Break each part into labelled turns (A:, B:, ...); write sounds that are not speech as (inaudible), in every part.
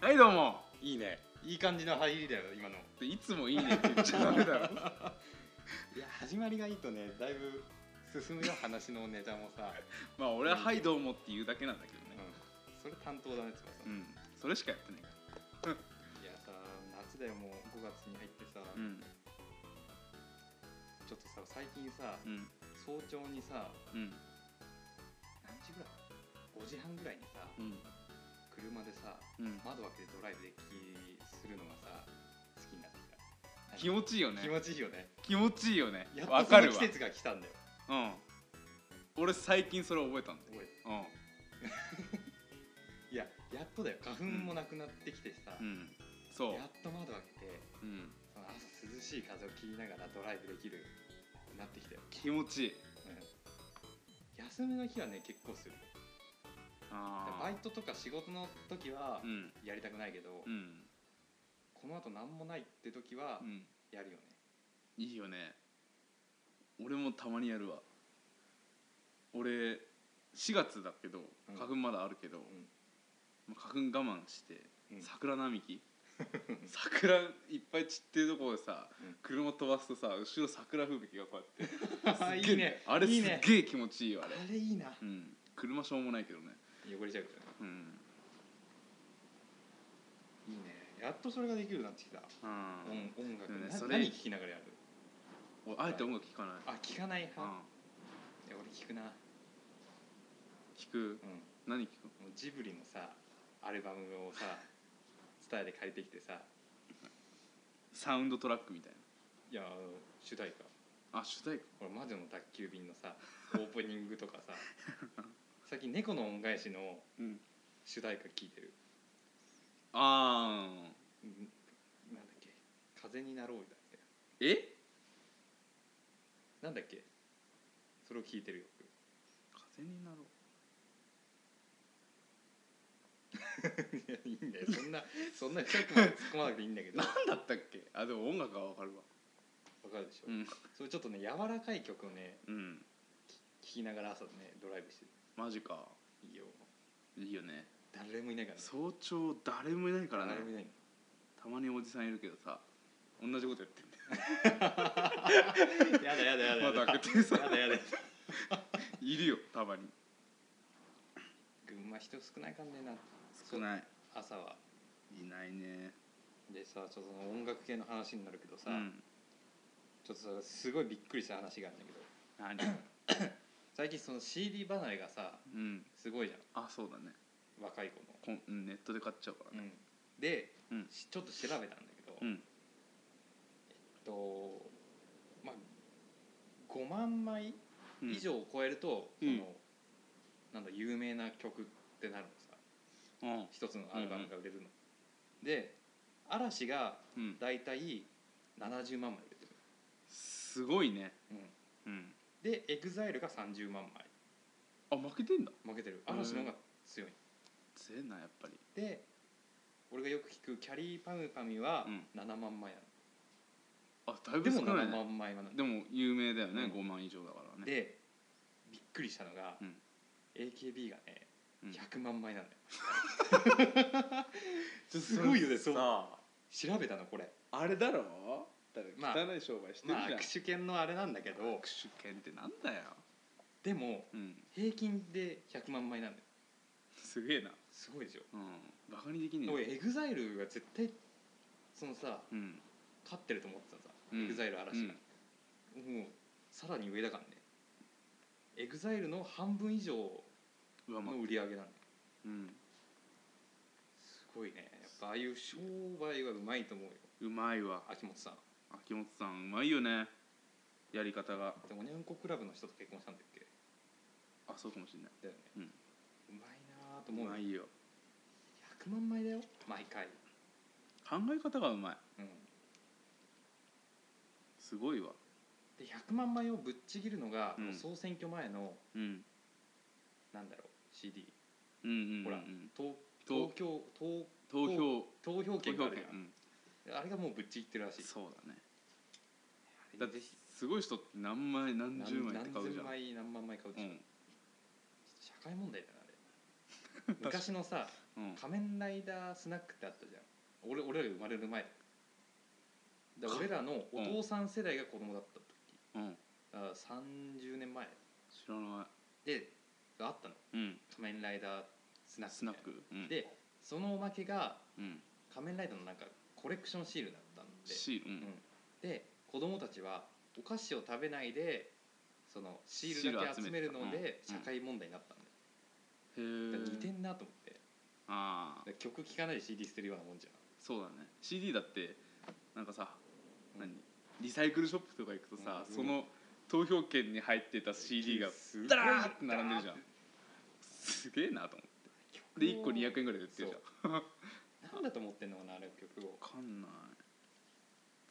A: はいどうも
B: いいねいい感じの入りだよ今の
A: でいつもいいねって言っちゃダメだろ (laughs)
B: いや始まりがいいとねだいぶ進 (laughs) むよ話のネタもさ、
A: まあ俺は「はいどうも」って言うだけなんだけどね
B: うん、それ担当だねつばさ、
A: うん
B: い
A: んそれしかやってないから
B: やさ夏だよもう5月に入ってさ、
A: うん
B: ちょっとさ最近さ
A: うん
B: 早朝にさ
A: うん
B: 何時ぐらい5時半ぐらいにさ
A: うん
B: 車でさ
A: うん
B: 窓開けてドライブできするのがさ好きになってきた
A: 気持ちいいよね
B: 気持ちいいよね
A: 気持ちいいよね
B: やっ
A: わ
B: と
A: かる
B: その
A: わ
B: 季節が来たんだよ
A: うん俺最近それ覚えたんだよ
B: おい
A: うん
B: いややっとだよ花粉もなくなってきてさ、
A: うんそう
B: やっと窓開けて
A: うん
B: その朝涼しい風を切りながらドライブできるようになってきたよ、
A: 気持ちいい
B: うん、休みの日はね結構するバ
A: あ
B: イトとか仕事の時は
A: あうん
B: やりたくないけど、
A: うん
B: このあと何もないって時は
A: うん
B: やるよね、
A: いいよね俺もたまにやるわ俺4月だけど
B: うん
A: 花粉まだあるけど、
B: ん
A: まあ花粉我慢して (laughs)
B: うん
A: 桜並
B: (laughs)
A: 木桜いっぱい散ってるところでさ、
B: うん
A: 車飛ばすとさ後ろ桜吹雪がこ
B: (laughs)
A: うやってす
B: い
A: っ
B: い
A: げえ
B: ね
A: あれす
B: いい
A: っ
B: ね
A: げえ気持ちいいよあ
B: あ
A: れ
B: れいいな
A: うん車しょうもないけどね
B: 汚れちゃうからね
A: うん
B: いいねやっとそれができるようになってきた、
A: あ
B: 音音楽、
A: でもね
B: な
A: それ
B: 何聴きながらやる
A: あえて音楽聴かない、
B: あ聴かない派、
A: うん
B: い、や俺聴くな、
A: 聞く
B: うん、
A: 何聞く
B: もうジブリのさアルバムを
A: (laughs)
B: さ伝えで借りてきてさ
A: サウンドトラックみたい
B: いやあの主題歌
A: なあ主題歌
B: 俺魔女の宅急便のさオープニングとかさ (laughs) 最近猫の恩返しの
A: うん
B: 主題歌聴いてる
A: あー
B: うんなんだっけ風になろうだって
A: え
B: なんだっけそれを聴いてるよ (laughs)
A: 風になろう
B: いやいいんだよそんなそんな深くまで突っ込まなくていいんだけどわ
A: 何だったっけあでも音楽はわかるわ
B: かるでしょ、
A: うん
B: そういうちょっとね柔らかい曲をね
A: うん
B: 聴きながら朝ねドライブして
A: マジか
B: るいいよ
A: いいよね
B: 誰もいないからね
A: 早朝誰もいないからね
B: 誰もいない
A: たまにおじさんいるけどさ同じことやってんだ
B: (laughs) やだやだやだ
A: よ
B: やだ
A: 窓開けてさ
B: やだやだ
A: いるよたまに
B: 群馬人少ないかんねえな
A: 少ない
B: 朝はい
A: ないね
B: でさちょっとその音楽系の話になるけどさ、
A: うん
B: ちょっとそれすごいびっくりした話があるんだけど
A: 何
B: 最近その CD 離れがさ
A: うん
B: すごいじゃ
A: あそうだね
B: ん若い子
A: こんうんネットで買っちゃうから
B: の、
A: ね
B: で、
A: うん
B: しちょっと調べたんだけど、
A: う
B: えっ
A: ん
B: とまあ5万枚
A: うん
B: 以上を超えると、
A: うん
B: そのなんだ有名な曲ってなるのさ
A: うん
B: 一つのアルバムが売れるの、で嵐が
A: うん
B: 大体70万枚売れてる、
A: すごいね
B: うん、
A: うん
B: で EXILE が30万枚
A: あ負けてんだ
B: 負けてる
A: うん
B: 嵐の方が強い、
A: 強えなやっぱり
B: で俺がよく聞くキャリーパムパミは
A: うん
B: 7万枚な
A: あだい
B: の、
A: ぶ
B: で
A: 少
B: も
A: ない
B: 7
A: ね
B: 万枚はなの
A: でも有名だよね
B: うん
A: 5万以上だからね
B: でびっくりしたのが、
A: うん
B: AKB がね
A: うん
B: 100万枚なのよ、
A: す
B: ごいよねそう
A: さ
B: 調べたのこれ
A: あれだろだ
B: まあ
A: から汚い商売してる
B: まあ
A: じゃん、
B: 握手券のあれなんだけど
A: 握手券ってなんだよ
B: でも
A: うん
B: 平均で100万枚なのよ
A: すげえな
B: すごいでしょ
A: うんバカにできねえな
B: 俺 EXILE が絶対そのさ
A: うん
B: 勝ってると思ってたさ、
A: うん
B: EXILE
A: う
B: 嵐が
A: ん、
B: もうさらに上だからね EXILE の半分以上
A: うわま
B: の
A: あ
B: 売り上げなんだよ
A: うん
B: すごいねやっぱああいう商売はうまいと思うよ
A: うまいわ
B: 秋元さん
A: 秋元さんうまいよねやり方が
B: でおにゃんこクラブの人と結婚したんだっけ
A: あそうかもしれない
B: だよね、
A: うん
B: うまいなぁと
A: う
B: 思うよ
A: まいよ
B: 100万枚だよ毎回
A: 考え方がうまい
B: うん
A: すごいわ
B: で100万枚をぶっちぎるのが、
A: うん
B: 総選挙前の
A: うん
B: なんだろう CD
A: うんうん、うん、
B: ほら投
A: 投
B: 投票投
A: 投票
B: 投票
A: 投
B: 権があ
A: 票
B: る
A: 権
B: じ
A: う
B: ゃ
A: ん
B: んあれがもうぶっちぎってるらしい
A: そうだね
B: あれ
A: だ
B: ぜ
A: って
B: ひ
A: すすごい人って何枚何十枚って
B: 何
A: 買うじゃ
B: 千
A: ん
B: 枚何万枚買うで
A: う
B: しょ、
A: ん
B: 社会問題だなあれ昔のさ
A: うん
B: 「仮面ライダースナック」ってあったじゃん俺俺らが生まれる前だから俺らのお父さん世代が子供だった時
A: うん
B: だから30年前
A: 知らな
B: でがあったの
A: いうん
B: 「仮面ライダースナック」
A: スナックうん
B: でそのおまけが
A: うん
B: 仮面ライダーのなんかコレクションシールだったんで
A: シールう
B: うんんで子供たちはお菓子を食べないでそのシールだけ集めるので
A: シール集めてたう
B: 社
A: ん
B: 会問題になったんだよ
A: へ
B: だから似て
A: え
B: んなと思ってだか
A: ああ
B: ら曲聴かないで CD 捨てるようなもんじ
A: そうだね CD だってなんかさ
B: うん
A: 何リサイクルショップとか行くとさ
B: うん
A: その投票券に入ってた
B: ゃん
A: CD が
B: すごい
A: ダラーって並んでるじゃんすげえなと思って
B: 曲を
A: で1個200円ぐらいで売ってるじゃん
B: なんだと思ってんのかなあれ曲を
A: わかんない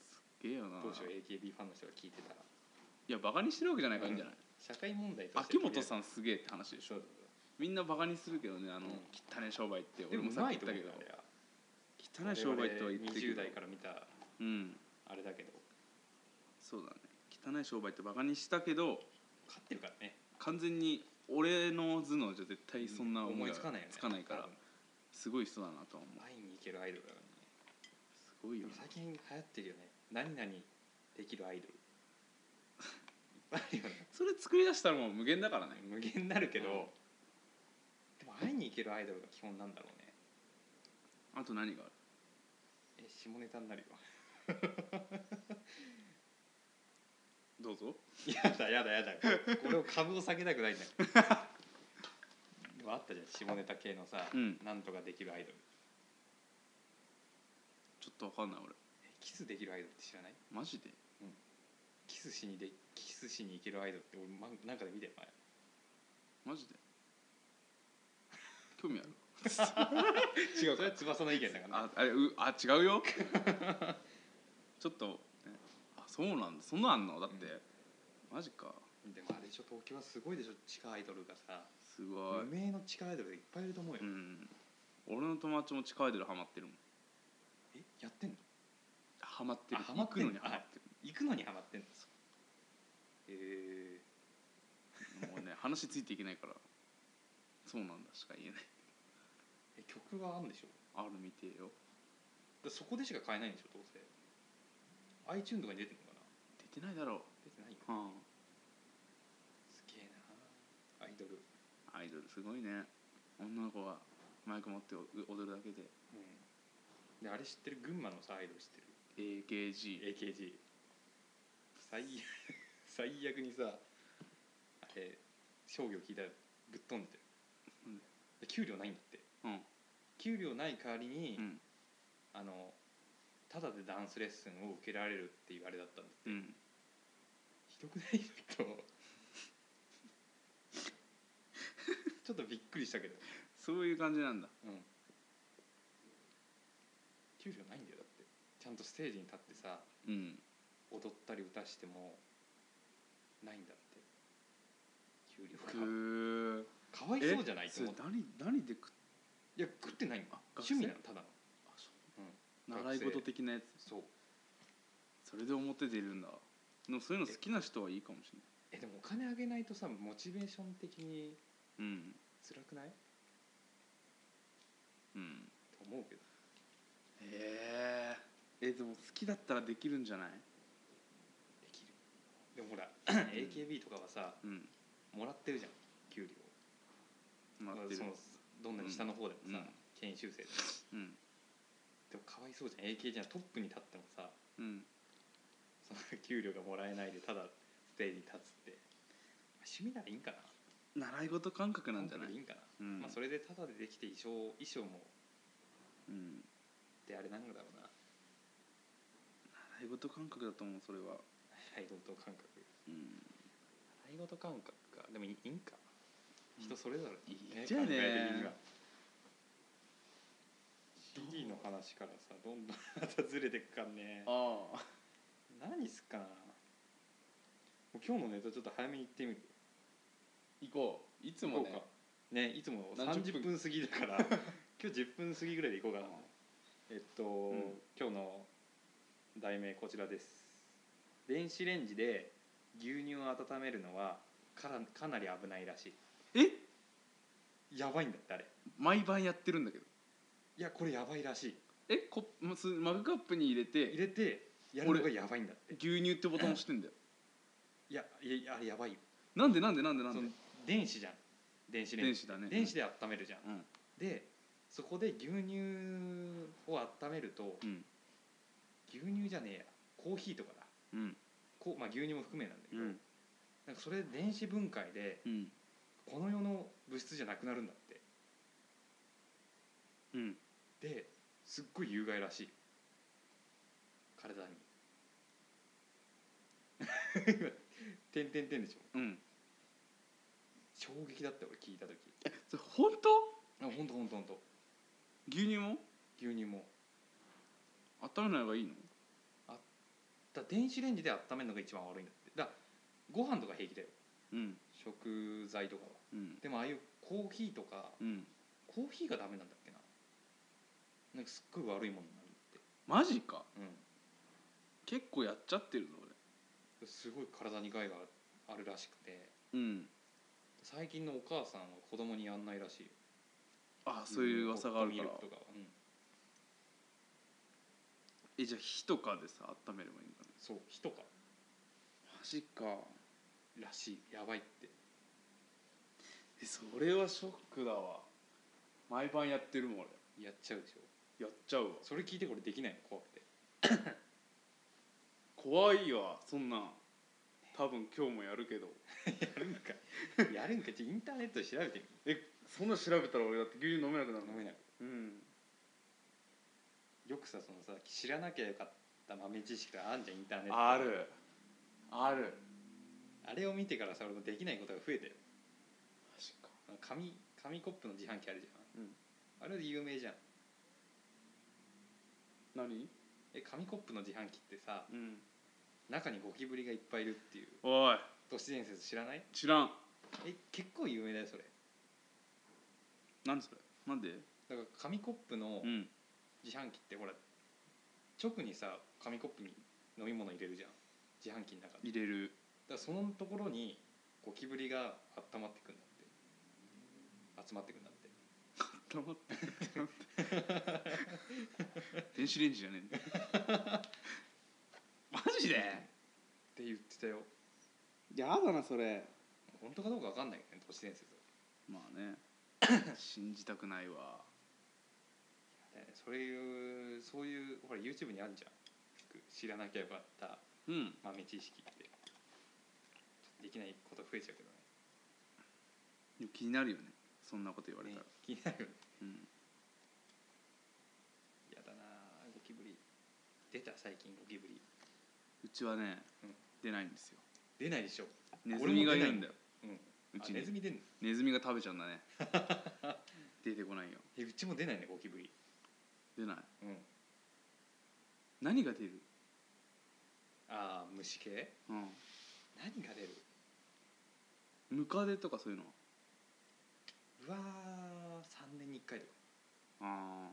A: すっげえよな
B: どうしよう AKB ファンの人が聴いてたら
A: いやバカにしてるわけじゃないからいいんじゃない、
B: 社会問題として
A: 秋元さんすげえって話でしょ
B: そうだ
A: みんなバカにするけどねあの、
B: うん
A: 汚い商売って
B: で
A: 俺
B: も
A: も
B: う
A: さっ
B: ま
A: き
B: い
A: 言
B: と
A: った
B: 思う
A: けど
B: よあれ
A: 汚
B: は
A: い商売とは言ってるけど
B: 20代から見た
A: うん
B: あれだけど
A: そうだね汚い商売ってバカにしたけど
B: 勝ってるからね
A: 完全に俺の頭脳じゃ絶対そんな思
B: 思
A: い
B: い
A: が
B: つかないよね
A: つかないから
B: 多分
A: すごい人だなとは思う
B: 前に行けるアイドルだからね
A: すごいよな
B: 最近流行ってるよね何々できるアイドルいっぱいあるよね
A: それ作り出したらもう無限だからね
B: 無限になるけど、
A: うん
B: でも会いに行けるアイドルが基本なんだろうね
A: あと何がある
B: え下ネタになるよ
A: どうぞ
B: やだやだやだ俺を株を下げたくないんだけどでもあったじゃん下ネタ系のさ、
A: うん
B: なんとかできるアイドル
A: ちょっとわかんない俺
B: えキスできるアイドルって知らない
A: マジで
B: キスしにでキスしに行けるアイドルって俺まなんかで見てる前
A: マジで興味ある (laughs)
B: 違うそれは翼の意見だからね
A: ああれうあ違う
B: (laughs)
A: よちょっと、ねあそうなんだそんなんあんのだって、マジか
B: でもあれでしょ東京はすごいでしょ地下アイドルがさ
A: すごい
B: 無、名の地下アイドルがいっぱいいると思うよ、
A: うん、俺の友達も地下アイドルハマってるもん
B: えやってんの
A: ハマってる
B: あハマってん
A: 行くの
B: の
A: にハマってる、
B: 行くのにハマってんのへえ
A: もうね話ついていけないからそうなんだしか言えない
B: え曲はあるんでしょ
A: あるみてえよ
B: だそこでしか買えないんでしょどうせ iTune とかに出てんのかな
A: 出てないだろう、
B: 出てないよ
A: は
B: すげえなアイドル、
A: あ、アイドルすごいね女の子がマイク持って踊るだけで
B: であれ知ってる群馬のさアイドル知ってる
A: AKG
B: AKG 最悪 (laughs) 最悪にさあれ商業聞いたらぶっ飛んでて
A: うん
B: で給料ないんだって
A: うん
B: 給料ない代わりに、
A: うん
B: あのただでダンスレッスンを受けられるっていうあれだったんだ
A: うん
B: ひどくないちょっとちょっとびっくりしたけど、
A: そういう感じなんだ
B: うん、給料ないんだよだってちゃんとステージに立ってさ
A: うん
B: 踊ったり歌してもないんだって給料
A: くー
B: かかわい
A: え
B: そうじゃないと思って
A: それ何何でく
B: いや食ってないの
A: あ学生
B: 趣味なのただの
A: あそううん習い事的なやつ
B: そう
A: それで表出るんだでもそういうの好きな人はいいかもしれ
B: えでもお金あげないとさモチベーション的に
A: ないうん
B: 辛くない
A: うん
B: と思うけど
A: へええでも好きだったらできるんじゃない
B: できるでもほら
A: ん
B: AKB とかはさ
A: うん
B: もらってるじゃん給料
A: もらって
B: そ
A: る
B: のどんなに下の方でも
A: う
B: さ、
A: ん
B: 研修生でも
A: うん
B: でもかわいそうじゃん AK じゃんトップに立ってもさ
A: うん
B: その (laughs) 給料がもらえないでただステージに立つってまあ趣味ならいいんかな
A: 習い事感覚なんじゃない
B: いいんかな、
A: うん
B: まあ、それでただでできて衣装衣装も
A: うん
B: であれなんだろうな (laughs)
A: 習い事感覚だと思うそれは
B: 習い事感覚
A: うん
B: 習い事感覚かでもいいんか人それぞれいいね
A: じゃあね
B: 考えてみれば CD の話からさどんどんまたずれてくからね
A: ああ
B: 何すっかなもう今日のネタちょっと早めに言ってみる
A: 行こういつ
B: 行
A: も
B: こうか
A: ね
B: ねいつも
A: 何十分
B: 30分過ぎだから (laughs) 今日10分過ぎぐらいで行こうかなえっと、
A: ん
B: 今日の題名こちらです電子レンジで牛乳を温めるのはからかなり危ないらし
A: え
B: いやばいんだってあれ
A: 毎晩やってるんだけど
B: いやこれやばいらしい
A: えコップすマグカップに入れ
B: 入
A: て
B: れてやるのがやばいんだって
A: 牛乳ってボタン押してんだよ
B: いやいやあれやばいよ
A: なんでなんでなんでな
B: そ
A: ん
B: の
A: で
B: 電子じゃん電子レン
A: 電
B: ジ
A: 子だね
B: 電子で温めるじゃん
A: うん
B: でそこで牛乳を温めると
A: うん
B: 牛乳じゃねえやコーヒーとかだ
A: うん
B: こう、まあ、牛乳も含めなんだけ
A: う
B: ど、
A: ん
B: なんかそれ電子分解で
A: うん
B: この世の物質じゃなくなるんだって
A: うん
B: ですっごい有害らしい体に (laughs) 今てんてんてんでしょ
A: うん
B: 衝撃だって俺聞いた時
A: それ本当
B: あほんとほんとほんと
A: 牛乳も
B: 牛乳も
A: 温めない方がいいの
B: だ電子レンジで温めるのが一番悪いんだってだご飯とか平気だよ
A: うん
B: 食材とかは
A: うん
B: でもああいうコーヒーとか
A: うん
B: コーヒーがダメなんだっけななんかすっごい悪いものになるんだって
A: マジか
B: うん
A: 結構やっちゃってるの
B: すごい体に害があるらしくて
A: 俺うん
B: 最近のお母さんは子供にやんないらしいよ
A: あそういう噂があるから
B: ホットミルクとかはうん
A: えじゃあ火とかでさ温めればいいんだね
B: そう火とか
A: マジから
B: しいやばいって
A: えそれはショックだわ毎晩やってるもん俺
B: やっちゃうでしょ
A: やっちゃうわ
B: それ聞いてこれできないの怖くて (laughs)
A: 怖いわそんなん多分今日もやるけど
B: やるんかいやるんかちょインターネットで調べてみ
A: えそんな調べたら俺だって牛乳飲めなくなる
B: 飲めない
A: うん
B: よくさそのさ知らなきゃよかった豆知識があんじゃんインターネット
A: あるある
B: あれを見てからさ俺もできないことが増えたよ
A: マジか
B: あの紙紙コップの自販機あるじゃん、
A: うん
B: あれで有名じゃん
A: 何
B: え紙コップの自販機ってさ
A: うん
B: 中にゴキブリがいっぱいいるっていう
A: おい
B: 都市伝説知らない
A: 知らん
B: え結構有名だよそれ
A: 何それなんで
B: だから紙コップの
A: ん
B: 自販機ってほら直にさ紙コップに飲み物入れるじゃん自販機の中で
A: 入れる
B: だからそのところにゴキブリが温まってくんだって集まってくんだって
A: 黙って (laughs) 電子レンジじゃねえんだマジで
B: って言ってたよ
A: やだなそれ
B: 本当かどうか分かんないけどね都市伝説
A: まあ (coughs) ね信じたくないわ
B: だよねそれいうそういうほら YouTube にあるじゃん知らなきゃよかった
A: うん
B: 豆知識ってちょっとできないこと増えちゃうけどね
A: でも気になるよねそんなこと言われたら、
B: ね気になる
A: うん
B: やだなゴキブリ出た最近ゴキブリ
A: うちはね、
B: うん
A: 出ないんですよ
B: 出ないでしょ
A: ネズミがいるんだよ
B: うん
A: う
B: あ
A: ちに
B: ネズミ出んの
A: ネズミが食べちゃうんだね (laughs) 出てこないよ
B: えうちも出ないねゴキブリ
A: 出ない
B: うん
A: 何が出る
B: ああ虫系
A: うん
B: 何が出る
A: ムカデとかそういうの
B: うわー3年に1回とか
A: あ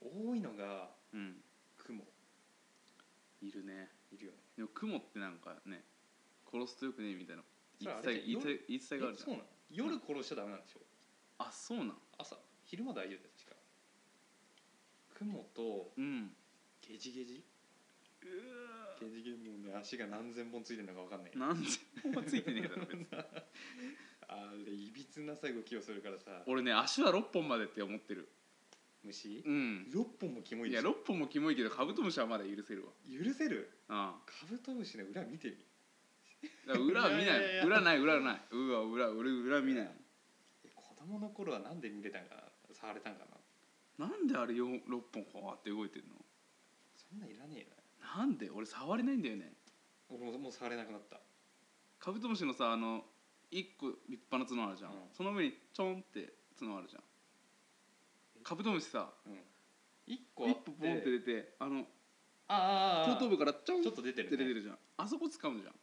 B: 多いのが
A: あうん
B: 雲
A: いるね
B: いるよね
A: でもクモってなんかね殺すとよくねえみたいな
B: そ
A: 言
B: れ
A: い
B: あれ
A: 伝え言い伝
B: じゃん
A: え言い伝えがあ
B: え
A: るじゃ
B: そうんなの夜殺しちゃダメなんでしょ
A: あそうなん
B: 朝昼間大丈夫だよ確か雲と
A: うん
B: ゲジゲジゲジゲジもね足が何千本ついてるのか分かんない
A: なんでもついてねえだろ別に
B: あれいびつなさ動きをするからさ
A: (laughs) 俺ね足は6本までって思ってる
B: 虫
A: うん
B: 6本もキモい
A: い
B: で
A: や
B: しょ
A: 6本もキモいけどカブトムシはまだ許せるわ
B: 許せる
A: あ
B: カブトムシの裏見てみ
A: あだから裏は見ない
B: いやいやいや
A: 裏ない
B: (laughs)
A: 裏ないうわ裏俺裏見ない
B: え子供の頃はなんで見れたんかな触れたんかな
A: なんであれ6本こうやって動いてるの
B: そんなんいらねえ
A: なんで俺触れないんだよね
B: な俺ももう触れなくなった
A: カブトムシのさあの1個立派な角あるじゃん、
B: うん
A: その上にちょんって角あるじゃんカブトムシさ
B: うん1個あ
A: 一
B: って
A: 歩ポンって出てあの
B: ああああ
A: 後頭部からちょん
B: ち
A: っ
B: ょっと出て
A: て
B: る、
A: 出
B: ね、
A: てるじゃんあそこ掴むじゃん
B: あ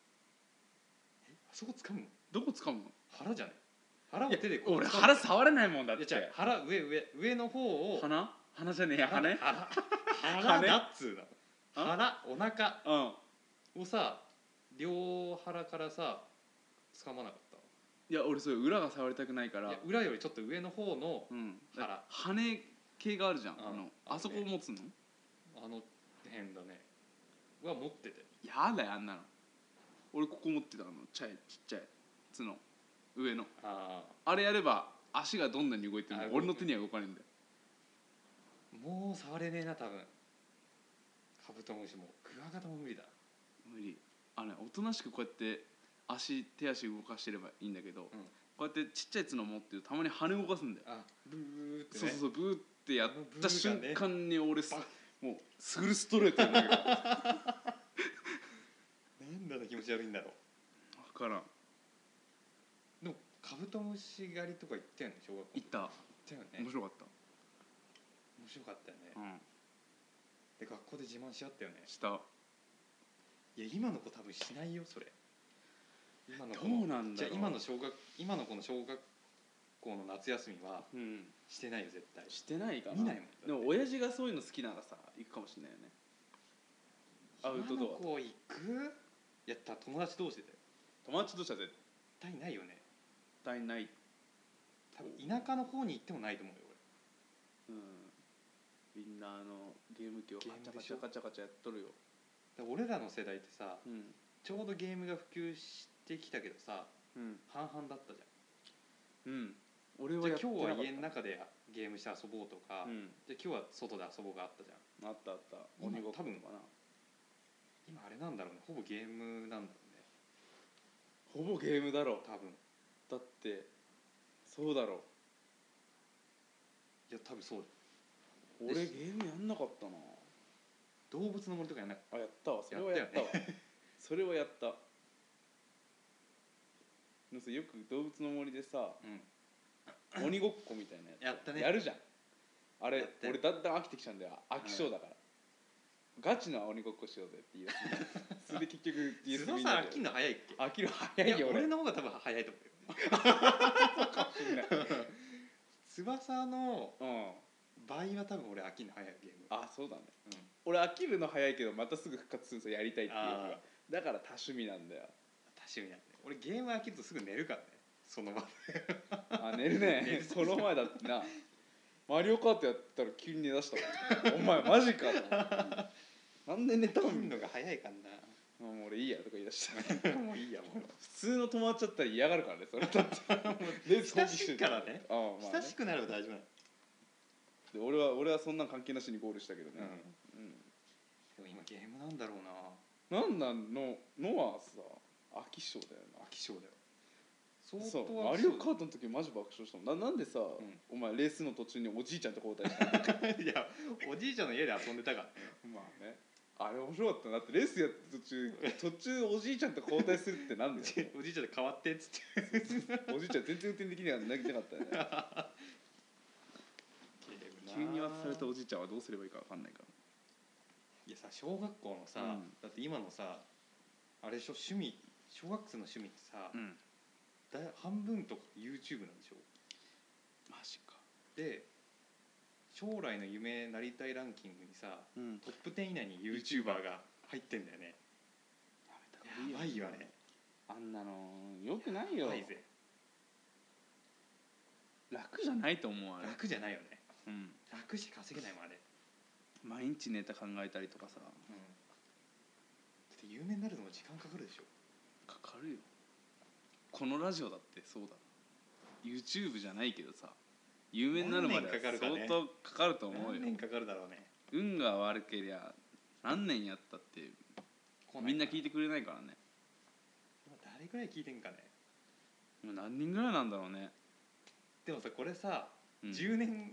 B: そこ掴むの
A: どこ掴むの
B: 腹じゃない腹を手でこう
A: 俺
B: 掴む
A: 腹触れないもんだっ
B: い
A: て
B: や違う腹上上上の方を
A: 鼻鼻じゃねえや
B: 腹
A: 羽
B: 腹腹
A: 羽
B: だっつうの
A: あ
B: 腹お腹
A: うん
B: をさ両腹からさ掴まなかっ
A: いや俺それ裏が触りたくないか
B: たい
A: ら
B: や裏よりちょっと上の方の
A: うん
B: 腹
A: 羽系があるじゃん
B: うん
A: あ
B: ある
A: の
B: ね
A: あそこを持つの
B: あの辺だねは持ってて
A: やだよあんなの俺ここ持ってたあのちっちゃい角上の
B: ああ
A: あれやれば足がどんなに動いてる
B: あ
A: の
B: 動く
A: 俺の手には動かないんだよ
B: もう触れねえな多分カブトムシもクワガタも無理だ
A: 無理あのねおとなしくこうやって足手足動かしてればいいんだけど、
B: うん
A: こうやってちっちゃい角持ってるとたまに羽動かすんだよ、
B: あブーってね
A: そうそうそうブーってやっ
B: あのブー
A: た
B: が
A: 瞬
B: ね
A: 間に俺す
B: バッ
A: もうすぐるストレートに投げるわ
B: なんだか気持ち悪いんだろ
A: からん
B: うでもカブトムシ狩りとか行ったよね小学校
A: 行った
B: 行ったよ
A: 面
B: ね
A: 白かっ
B: 面白かったよね
A: た、うん
B: で学校で自慢し合ったよね
A: した
B: いや今の子多分しないよそれ今の子
A: どう
B: の
A: なんだ
B: じゃ
A: ろう
B: あ今の小学今の子の小学校の夏休みは
A: うん
B: してないよ絶対
A: してないかな
B: 見ないもんだって
A: でも親父がそういうの好きならさ行くかもしれないよねアウトドア
B: 今の子行くやった友達同士でだよ
A: 友達としては絶
B: 絶対ないよね
A: 対ない、
B: 多分田舎の方に行ってもないと思うよ
A: うん、みんなあのゲーム機を
B: ゲ
A: カ
B: ーム
A: チャカチ
B: でしょ
A: ャカチャカチャやっとるよ、
B: 俺だから俺らの世代ってさ
A: うん
B: ちょうどゲームが普及してきたけどさ
A: うん
B: 半々だったじ
A: うん、俺
B: ゃんじ
A: はや
B: ゃあ
A: ってな
B: 今
A: か
B: 日
A: った
B: は家の中でゲームして遊ぼうとか、
A: うん、
B: じゃあ今日は外で遊ぼうがあったじゃん
A: あったあった
B: 今
A: 鬼ごっこと
B: 多
A: かな
B: 分今あれなんだろうねほぼゲームなんだろうね
A: ほぼゲームだろ
B: 多分
A: だってそうだろ
B: いや多分そうだ
A: 俺
B: で
A: ゲームやんなかったな
B: 動物の森とかやんなか
A: あ
B: っ
A: やったわそれはやっ
B: やった
A: (laughs)
B: た
A: わ
B: よ
A: それはやったでもさよく動物の森でさ (laughs)
B: たうん
A: 鬼ごっこみたいなやつ
B: やったね
A: やるじゃんあれ
B: やったよ
A: 俺だんだん飽きてきちゃうんだよ飽き性だから、ガチの鬼ごっこしようぜっていう (laughs) それで結局
B: 須
A: DS
B: 田
A: みん
B: さ
A: なんで
B: 飽きんの早いっけ
A: 飽きる早い
B: いや
A: よ
B: 俺
A: 俺
B: の方が多分早いと思うよ
A: かもしれない
B: 翼の
A: うん
B: 倍は多分俺飽きんの早いゲーム
A: あそうだね、
B: うん
A: 俺飽きるの早いけどまたすぐ復活するんですよやりたいっていうの
B: あ
A: がだから多趣味なんだよ
B: 確かにやって俺ゲーム飽きるとすぐ寝るからねその場で
A: あ (laughs) 寝るね
B: 寝る
A: この前だってなマリオカートやったら急に寝だしたもんお前マジかと思ってなんで寝た
B: 飽
A: の
B: きんのが早いから
A: あもう俺いいやとか言い出した
B: なもういいやもう
A: 普通の友達だったら嫌がるからねそれだ (laughs) ってで
B: 親しいからね
A: ああまあ、ね
B: 親、しくなれば大丈夫なの
A: で俺は俺はそんなん関係なしにゴールしたけどね、
B: でも今ゲームなんだろうな
A: うん、なんなんののはさ飽き性だよな
B: 飽き性だよ相
A: そう
B: 当
A: マリオカートの時マジ爆笑したもんななんでさ、
B: ん
A: お前レースの途中におじいちゃんと交代したの
B: トいやおじいちゃんの家で遊んでたから
A: (laughs) まあねあれ面白かったなだってレースやってる (laughs) 途中途中おじいちゃんと交代するってなんだよ
B: (laughs) おじいちゃんで変わってっつって
A: おじいちゃん全然運転できなかったなかったよね (laughs) 急に言わされたおじいちゃんはどうすればいいか分かんないか
B: いやさ小学校のさ、
A: うん
B: だって今のさあれでしょ趣味小学生の趣味ってさ、
A: らうん
B: だい半分とか YouTube なんでしょ
A: マジか
B: で将来の夢なりたいランキングにさ
A: うん
B: トップ10以内に YouTuber が入ってんだよねやばいよあれ
A: あんなのよくないよ
B: やばいぜ
A: 楽じゃないと思うあれ、
B: 楽じゃないよね
A: うん、
B: 楽して稼げないもんあれ、
A: 毎日ネタ考えたりとかさ
B: だって有名になるのも時間かかるでしょ
A: かかるよこのラジオだってそうだ YouTube じゃないけどさ有名になるまでは
B: 何年かかるか
A: 相
B: ね
A: 当かかると思うよ、
B: 何年かかるだろうね
A: 運が悪けりゃ何年やったってみんな聞いて
B: て
A: くれないからね
B: 誰ぐらい聞いてんかね
A: 今何人ぐらいなんだろうね、
B: でもさこれさ、
A: うん、10,
B: 10年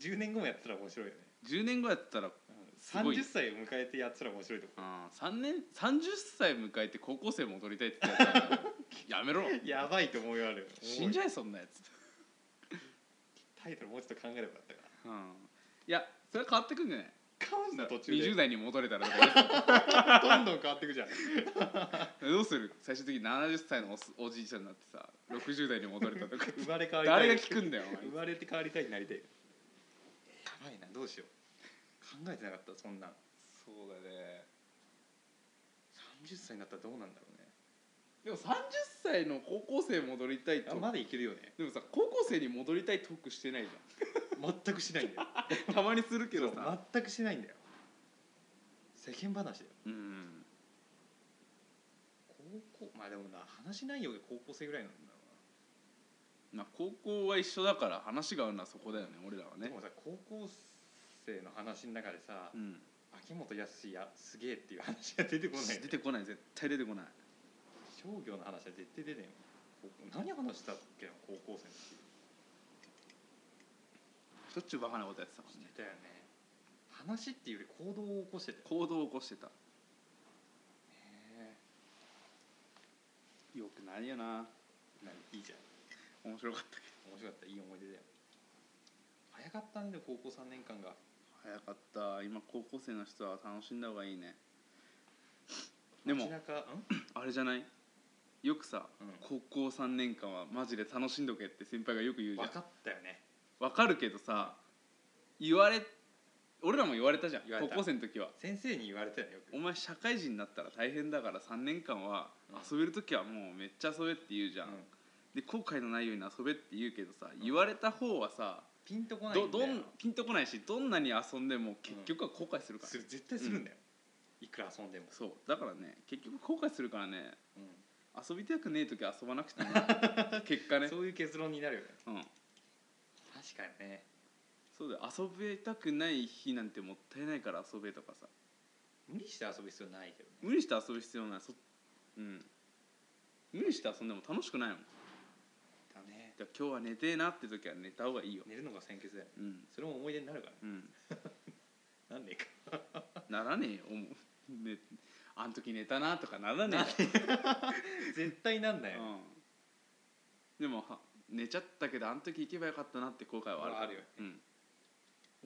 B: 10年後もやってたら面白いよね
A: 年後やったらすごい
B: 30歳を迎えてやってたら面白いと思
A: あ3年30歳迎えて高校生戻りたいって言ったやつだから
B: (laughs)
A: やめろ
B: うやばいと思いある
A: 死んじゃえそんなやつ
B: タイトルもうちょっと考えればよかったか
A: うんいやそれは変わってくんじゃない
B: ら変わんな途中で
A: 20代に戻れたらとか言い出す
B: どんどん変わっていくじゃん
A: どうする最終的に70歳のおすおじいちゃんになってさ60代に戻れたと
B: (laughs)
A: か
B: 生まれ変わりたい
A: 誰が聞くんだよお
B: 生まれて変わりたいになりたいやばいなどうしよう考えてなかったそんなん
A: そうだね
B: 30歳になったらどうなんだろうね
A: でも30歳の高校生戻りたいと
B: あまだいけるよね
A: でもさ高校生に戻りたいトークしてないじ
B: 全くしないんだよ
A: ゃん (laughs) たまにするけど
B: そ
A: さ
B: う全くしないんだよ世間話だよ
A: うん
B: 高校まあでもな話し内容が高校生ぐらいなんだろ
A: まあ高校は一緒だから話が合うのはそこだよね俺らは
B: う
A: ね
B: なでもさ高校生の話の中でさ、
A: うん
B: 秋元康やすげえっていう話が出てこないよね
A: 出てこない絶対出てこない
B: 商業の話は絶対出てんよ高何話したっけな高校生の時
A: しょっちゅうバカなことやってたもんね
B: してたよね話っていうより行動を起こしてたよ
A: 行動を起こしてた
B: ね
A: よくないよな
B: なんかいいじゃん
A: 面白かったけど
B: 面白かったいい思い出だよ早かったねでも高校3年間が
A: 早かった今高校生の人は楽しんだ方がいいねでも
B: 街中ん
A: あれじゃないよくさ、
B: うん
A: 高校3年間はマジで楽しんどけって先輩がよく言うじゃん
B: 分かったよね
A: わかるけどさ言われ俺らも言われたじゃん
B: 言われ
A: 高
B: た
A: 校生の時は
B: 先生に言われたよねよく
A: お前社会人になったら大変だから3年間は
B: う
A: 遊べる時はもうめっちゃ遊べって言うじゃん、
B: うん
A: で後悔のないように遊べって言うけどさ、
B: ん
A: 言われた方はさ
B: ピンとこない
A: ど
B: んだ
A: ど
B: よ
A: んピンとこないしどんなに遊んでも結局は後悔するから、
B: する絶対するんだよ、いくら遊んでも、
A: そうだからね結局後悔するからね
B: うん
A: 遊びたくねえ時は遊ばなく
B: (laughs)
A: てもいい結果ね
B: そういう結論になるよね
A: うん
B: 確かにね
A: そうだよ遊びたくない日なんてもったいないから遊べとかさ
B: 無理して遊ぶ必要ないけどね
A: 無理して遊ぶ必要ないそうん無理して遊んでも楽しくないもん
B: だね
A: じゃあ今日は寝てえなって時は寝た方がいいよ
B: 寝るのが先決だよ
A: うん
B: それも思い出になるからね
A: うん
B: なんでか (laughs)
A: ならねえよもう、ね、あん時寝たなとかならねえよ
B: 絶対なんだよ、
A: うん、でもは寝ちゃったけどあん時行けばよかったなって後悔はあるから
B: あるよね
A: うん、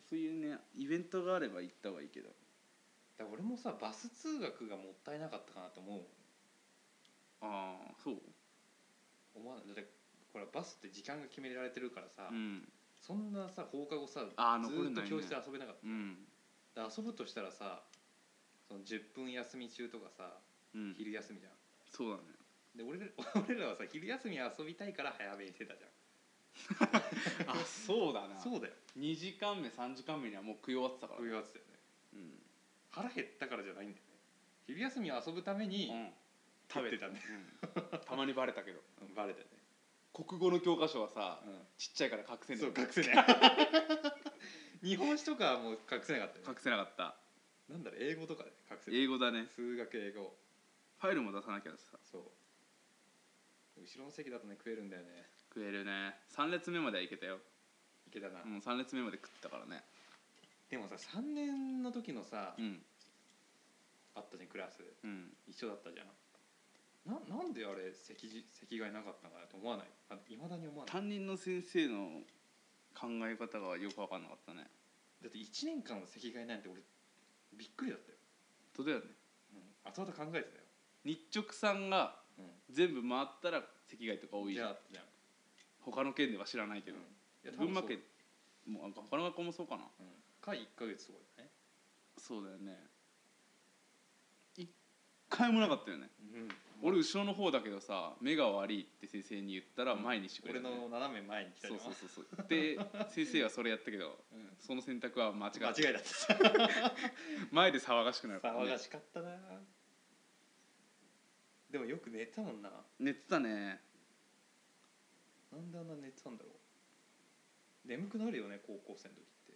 A: そういうねイベントがあれば行った方がいいけど
B: だから俺もさバス通学がもったいなかったかなと思う
A: ああそう
B: 思わないだってほらバスって時間が決められてるからさ、
A: うん
B: そんなさ放課後さ
A: あー
B: ず
A: 残れ
B: ーっ
A: ないね
B: と教室で遊べなかっ
A: うん
B: た、だから遊ぶとしたらさその10分休み中とかさ
A: うん
B: 昼休みじゃん
A: そうだね
B: で俺ら (laughs) 俺らはさ昼休み遊びたいから早めにしてたじ
A: あそうだ
B: ゃん
A: な
B: そうだよ
A: 2時間目3時間目にはもう食い終わってたから
B: そういうやつだよね
A: うん
B: 腹減ったからじゃないんだよね昼休み遊ぶために、食べてたね、
A: うんたまにバレたけど
B: うんバレたよね、
A: 国語の教科書はさ
B: うん
A: ちっちゃいから隠せない
B: そう隠せない (laughs) 日本史とかはもう隠せなかったよね
A: 隠せなかった
B: なんだろう英語とかで隠せない
A: 英語だね
B: 数学英語
A: ファイルも出さなきゃだしさ
B: そう後ろの席だとね食えるんだよね
A: 食えるね3列目まではいけたよ
B: いけたな、
A: うん3列目まで食ったからね
B: でもさ3年の時のさ、
A: うん
B: あったじゃんクラス
A: うん
B: 一緒だったじゃんななんであれ席じ席替えなかったのかなと思わないいまだに思わない
A: 担任の先生の考え方がよく分かんなかったね
B: だって1年間の席替えなんて俺びっくりだったよ、
A: そうだよね
B: うん、後々考えてたよ、
A: 日直さんが
B: う
A: 全部回ったら席外とか多
B: ん、
A: いじ
B: じ
A: ゃ
B: ゃ
A: ん
B: あじゃあ
A: 他の県では知らないけど、
B: いや
A: 群
B: 多分
A: 馬
B: そう
A: 県もうあ他の学校もそうかな
B: うんか1か月とかだね
A: そうだよね一回もなかったよね俺後ろの方だけどさ目が悪いって先生に言ったら
B: うん
A: 前にしてくれ
B: 俺
A: た、ね
B: の斜め前に来た
A: そ
B: じゃ
A: うんそうそうそうで先生はそれやったけど
B: うん
A: その選択は間違
B: 間
A: って
B: 違いだった
A: 前で騒がしくなるから、
B: 騒
A: ね
B: が、しかったな、でもよく寝てたもんな
A: 寝てたね
B: なんであんな寝てたんだろう眠くなるよね高校生の時っ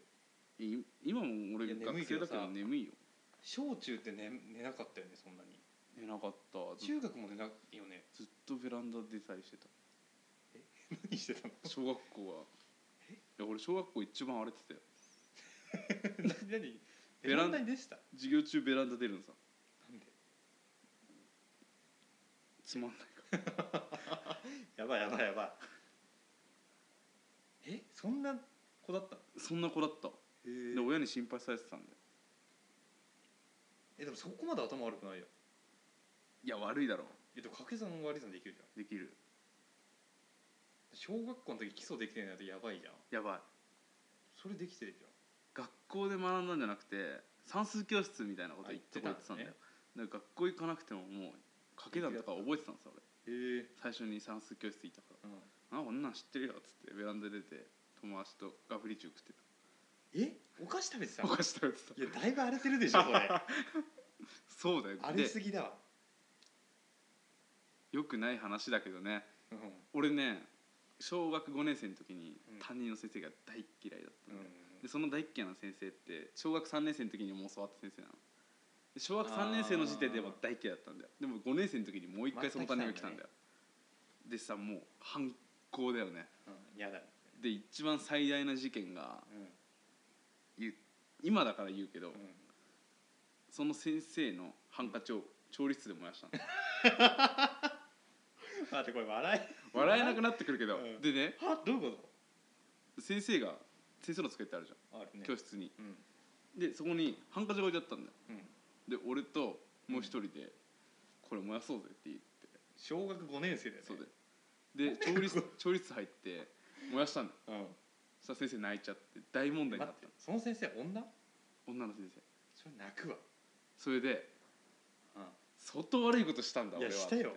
B: て
A: い今も俺
B: いや眠
A: 学
B: い
A: 生
B: けど
A: だ
B: さ
A: けど眠いよ
B: 小中って寝寝なかったよねそんなに
A: 寝なかったず
B: 中学も寝ないよね (laughs)
A: ずっとベランダでたりしてた
B: 何してたの (laughs)
A: 小学校はいや俺小学校一番荒れてたよ
B: 何何
A: ベ
B: ベ
A: ラ
B: ラ
A: ン
B: ンダにでした
A: 授業中ベランダ出るのさ
B: なんで
A: つまんないか
B: やばいやばいやばいえそんな子だったの
A: らそんな子だったで親に心配されてたんだよ
B: えでもそこまで頭悪くないよ
A: いや悪いだろ
B: えっと掛け算割り算できるじゃん
A: できる
B: 小学校の時基礎できてないとやばいじゃん
A: やばい
B: それできてるじゃん
A: 学校で学んだんじゃなくて算数教室みたいなこと
B: あ
A: 行
B: 行
A: っ
B: ってて
A: た
B: た
A: ん
B: ん
A: だ
B: だ
A: よ
B: ね
A: でなんか学校行かなくてももう掛け算とか覚えてたんですよ俺
B: えー
A: 最初に算数教室行ったか
B: うん、
A: ら「あこんなん知ってるよ」っつってベランダ出て友達とガフリチュー食って
B: (laughs)
A: た
B: えお菓子食べてた
A: お菓子食べてた
B: いやだいぶ荒れてる (laughs) でしょそれ
A: (laughs) そうだよ
B: 荒れ
A: です
B: ぎだわ、
A: よくない話だけどね
B: うん
A: 俺ね小学5年生の時に
B: うん
A: 担任の先生が大っ嫌いだった
B: うんん
A: だよ、でその大っ嫌いな先生って小学3年生の時にもう教わった先生なので小学3年生の時点でもう大っ嫌いだったんだよでも5年生の時にもう一回その担任が来たんだよ、でさもう反抗だよね
B: うん、やだ、
A: で一番最大な事件が
B: うん
A: 言う今だから言うけど、
B: うん
A: その先生のハンカチを調理室で燃やしたの (laughs)
B: 待ってこれ笑
A: 笑えなくなってくるけど、
B: うん
A: でね
B: いはどういうこ
A: 先生が先生の机ってあるじゃん
B: とあるね
A: 教室に
B: うん
A: でそこにハンカチが置いてあったんだよ
B: うん
A: で俺ともう一人で、これ燃やそうぜって言って
B: 小学5年生だよね
A: そうでで調
B: (laughs)
A: 理室調理室入って燃やしたんだよ
B: うん
A: そしたら先生泣いちゃって大問題にな
B: 待
A: っ
B: って
A: た
B: その先生女
A: 女の先生
B: それ泣くわ、
A: それで
B: う
A: 相当悪いことしたんだ
B: い
A: 俺
B: や
A: は
B: したよ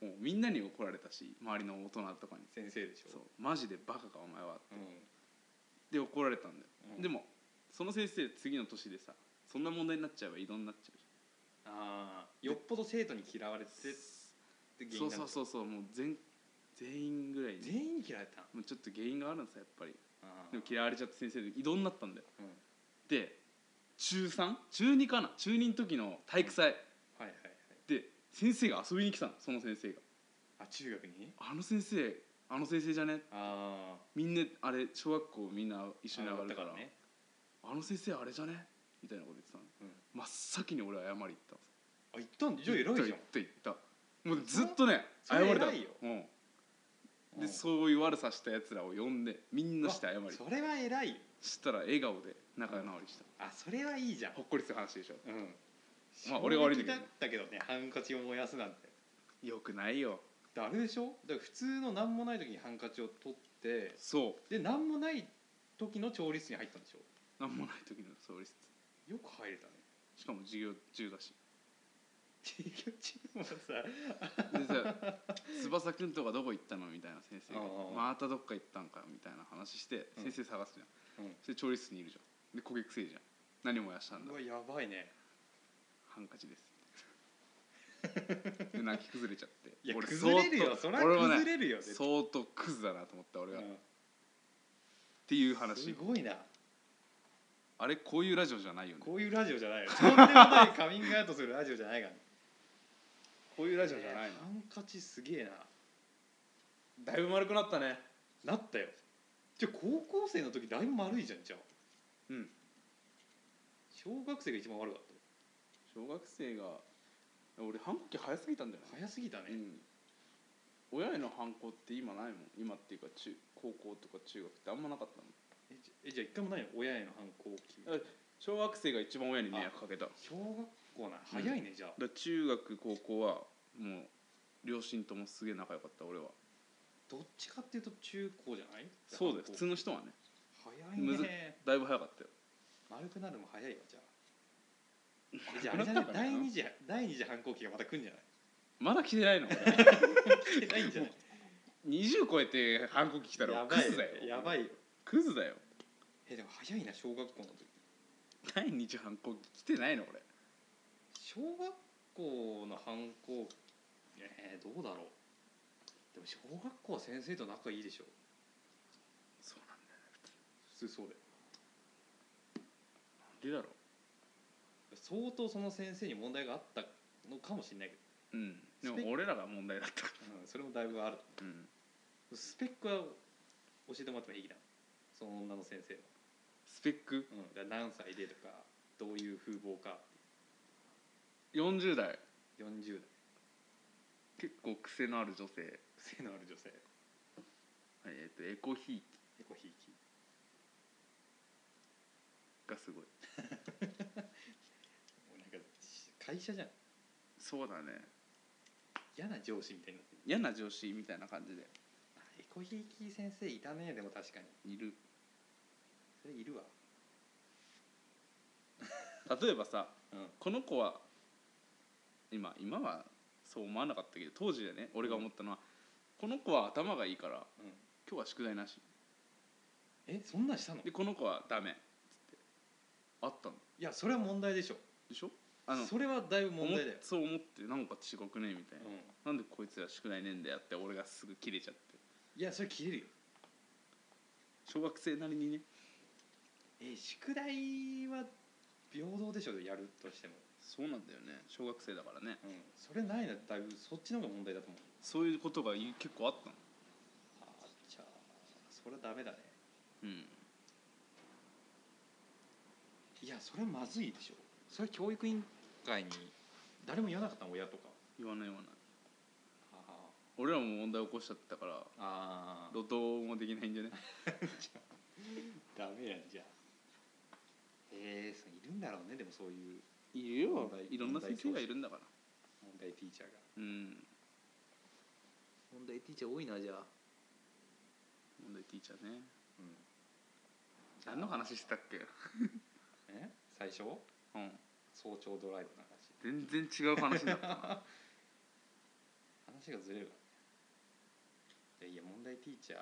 A: もうみんなに怒られたし周りの大人とかに
B: 先生でしょ
A: そうマジでバカかお前は
B: うん
A: で怒られたんだよ、
B: うん
A: でもその先生次の年でさそんな問題になっちゃえば異動になっちゃう
B: ああよっぽど生徒に嫌われてって原
A: そ
B: 因
A: う
B: な
A: そ
B: の
A: うそうそうもう全全員ぐらいに
B: 全員に嫌われた
A: もうちょっと原因があるんですよやっぱり
B: あー
A: でも嫌われちゃって先生で異動になったんだよ
B: うん
A: で中 3? 中2かな中2の時の体育祭
B: はいはいはい
A: で先生が遊びに来たのその先生が
B: あ中学に
A: 「あの先生あの先生じゃね
B: ああ
A: みんなあれ小学校みんな一緒に上がるから
B: あね
A: あの先生あれじゃね?」みたいなこと言ってたの
B: うん
A: 真っ先に俺は謝り行ったの
B: あ行ったんじゃあ偉いじゃん
A: 行った行った行ったもうずっとね
B: そ
A: 謝
B: れ
A: れた
B: 偉いよ
A: うん
B: う
A: で
B: ん
A: そういう悪さしたやつらを呼んでみんなして謝り
B: それは偉いよ
A: したら笑顔で仲直りした
B: あそれはいいじゃん
A: ほっこりする話でしょ
B: うん
A: まあ俺が悪いん
B: 衝撃
A: だ
B: だ
A: けどね
B: ったけどねハンカチを燃やすなんて
A: よくないよ
B: だからあれでしょだから普通の何もない時にハンカチを取って
A: そ
B: で何もない時の調理室に入ったんでしょ
A: うなんもない時の創立
B: よく入れたね
A: しかも授業中だし
B: 授業中もさ
A: でさ
B: (laughs)
A: 「翼くんとかどこ行ったの?」みたいな先生が
B: ああ
A: 「またどっか行ったんか」みたいな話して
B: うん
A: 先生探すじゃん、
B: うん
A: それ調理室にいるじゃんで焦げくせえじゃん何燃やしたんだ
B: うわやばいね
A: ハンカチ
B: (laughs)
A: ですで泣き崩れちゃって
B: いや
A: 俺
B: 崩れる
A: 相
B: よ
A: 当
B: それは
A: 俺もね
B: 崩れるよ絶対
A: 相当クズだなと思った俺が、
B: う
A: っ
B: ん
A: ていう
B: す
A: 話
B: ごいな
A: あれこういうラジオじゃないよね
B: こういうラジオじゃないよとんでもないカミングアウトするラジオじゃないから
A: こういうラジ
B: えーハンカチすげえ
A: だいぶ丸くなったね
B: ななったよじゃあ高校生の時だいぶ丸いじゃんじゃあ
A: うん
B: 小学生が一番悪かっ
A: 小学生が俺反抗期早すぎたんだよ
B: た早すぎた
A: う
B: ね
A: ん親への反抗って今ないもん今っていうか中高校とか中学ってあんまなかったの
B: えじゃえじゃあ一回もないの親への反抗期
A: あ小学生が一番親に迷惑かけただか
B: 小学校な早いねじゃあ
A: ら中学高校はもう両親ともすげえ仲良かった俺は
B: どっちかっていうと中高じゃない
A: そうだよ
B: 反
A: 普
B: 抗
A: 通の人はね
B: 早い
A: むず
B: ね
A: だいぶ早かったよ
B: 丸くなるも早いわじゃあ
A: (laughs)
B: えじゃああれじゃない
A: 丸くなったかな
B: 第二次第二次反抗期がまた来るんじゃない
A: まだ来てないの俺 (laughs)
B: 来てないんじゃない
A: 20超えて反抗期来たら
B: やば
A: ク
B: い
A: ズだよ
B: やばいよ
A: クズだよ
B: えでも早いな小学校の時
A: 第二次反抗期来てないの俺
B: 小学校の反抗えー、どうだろうでも小学校は先生と仲いいでしょ
A: そうなんだよ
B: 普通そうだよ
A: なんでだろ
B: 相当その先生に問題があったのかもしれないけ
A: ううんでも俺らが問題だったか
B: ど、うん、それもだいぶある
A: らうん
B: スペックは教えてもらってもいいなその女の先生は、
A: スペック
B: うん、だから何歳でとかどういう風貌か
A: 40代
B: 40代
A: 結構癖のある女性、
B: 癖のある女性
A: えー、とエコひいき
B: エコひいき
A: がすごい
B: もうなんか会社じゃん
A: そうだね
B: 嫌な上司みたいになってる
A: 嫌な上司みたいな感じで
B: あエコひいき先生いたねでも確かに
A: いる
B: それいるわ
A: 例えばさ
B: うん
A: この子は今今はそう思わなかったけど当時でね俺が思ったのは、この子は頭がいいから
B: うん
A: 今日は宿題なし
B: えそんなんしたの
A: でこの子はダメっつってあったん
B: いやそれは問題でしょ
A: でしょあの
B: それはだいぶ問題だよ
A: 思っ、そう思ってなんか違くねみたいな、
B: うん
A: なんでこいつら宿題ねえんだよって俺がすぐ切れちゃって
B: いやそれ切れるよ
A: 小学生なりにね
B: え宿題は平等でしょやるとしても、
A: そうなんだよね小学生だからね
B: うん、それないなだいぶそっちの方が問題だと思う
A: そういうことがい結構あったの
B: あじゃあそれはダメだね
A: うん
B: いやそれはまずいでしょそれは教育委員会に誰も言わなかったの親とか
A: 言わない言わない
B: あ
A: 俺らも問題起こしちゃってたから
B: あ
A: 怒涛もできないんじゃね
B: ダメやんじゃあえー、そういるんだろうねでもそういう
A: いる
B: 問
A: よ
B: 題
A: いろんな先生がいるんだから
B: 問題ティーチャーが
A: うん
B: 問題ティーチャー多いなじゃあ
A: 問題ティーチャーね
B: うん
A: 何の話してたっけ
B: え最初
A: うん
B: 早朝ドライブの話
A: 全然違う話だった (laughs) な
B: 話がずれるわじゃあいいや問題ティーチャー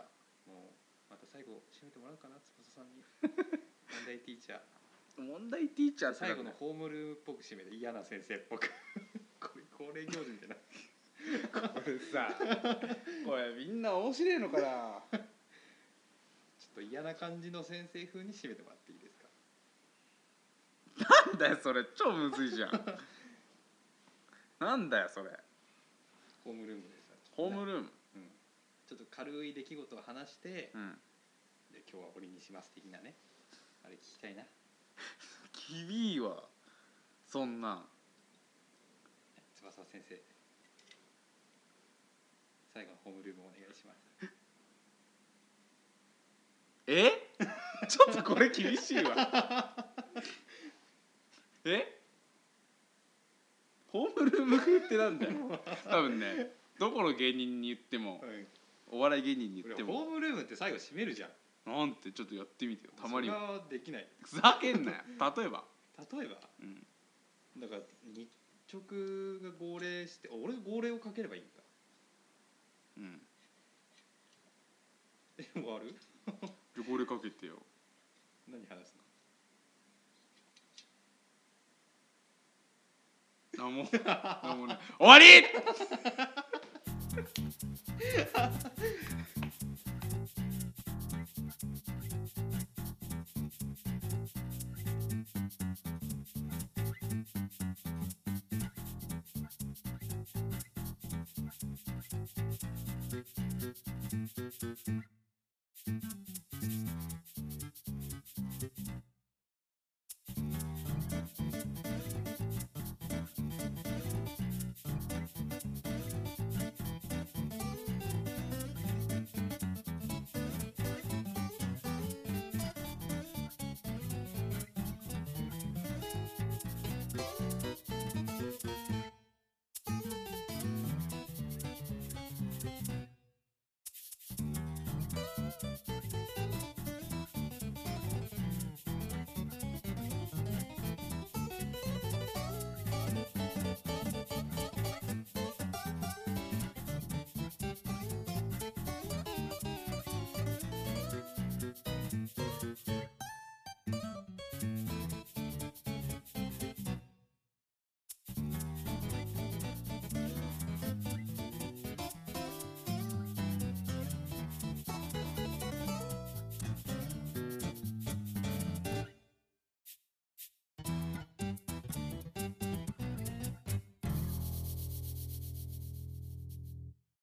B: もうまた最後締めてもらおうかな翼さん (laughs) に問題ティーチャー
A: 問題ティーチャーって
B: 最後の
A: なんだ
B: ホームルームっぽく締めて嫌な先生っぽ (laughs) くこれ恒例行事みたいな
A: これさ (laughs) これみんな面白いのかな
B: ちょっと嫌な感じの先生風に締めてもらっていいですか
A: (laughs) なんだよそれ超むずいじゃんなんだよそれ
B: ホームルームでさ
A: ホームルーム
B: うんちょっと軽い出来事を話して、
A: うん
B: で今日は俺にします的なねあれ聞きたいな
A: きびいわそんなん
B: 翼先生最後のホームルームお願いします
A: え (laughs) ちょっとこれ厳しいわえホームルーム風ってなんだよ多分ねどこの芸人に言ってもお笑い芸人に言って
B: 俺ホ
A: も
B: ームルームって最後閉めるじゃん
A: なんてちょっとやってみてよたまに
B: それ
A: は
B: はできない
A: ふざけんなよ例えば
B: 例えば
A: うん
B: だから日直が号令してあ俺が号令をかければいいんだ
A: うん
B: え終わる
A: じゃあこれかけてよ
B: 何話すの
A: 何も何もね終わり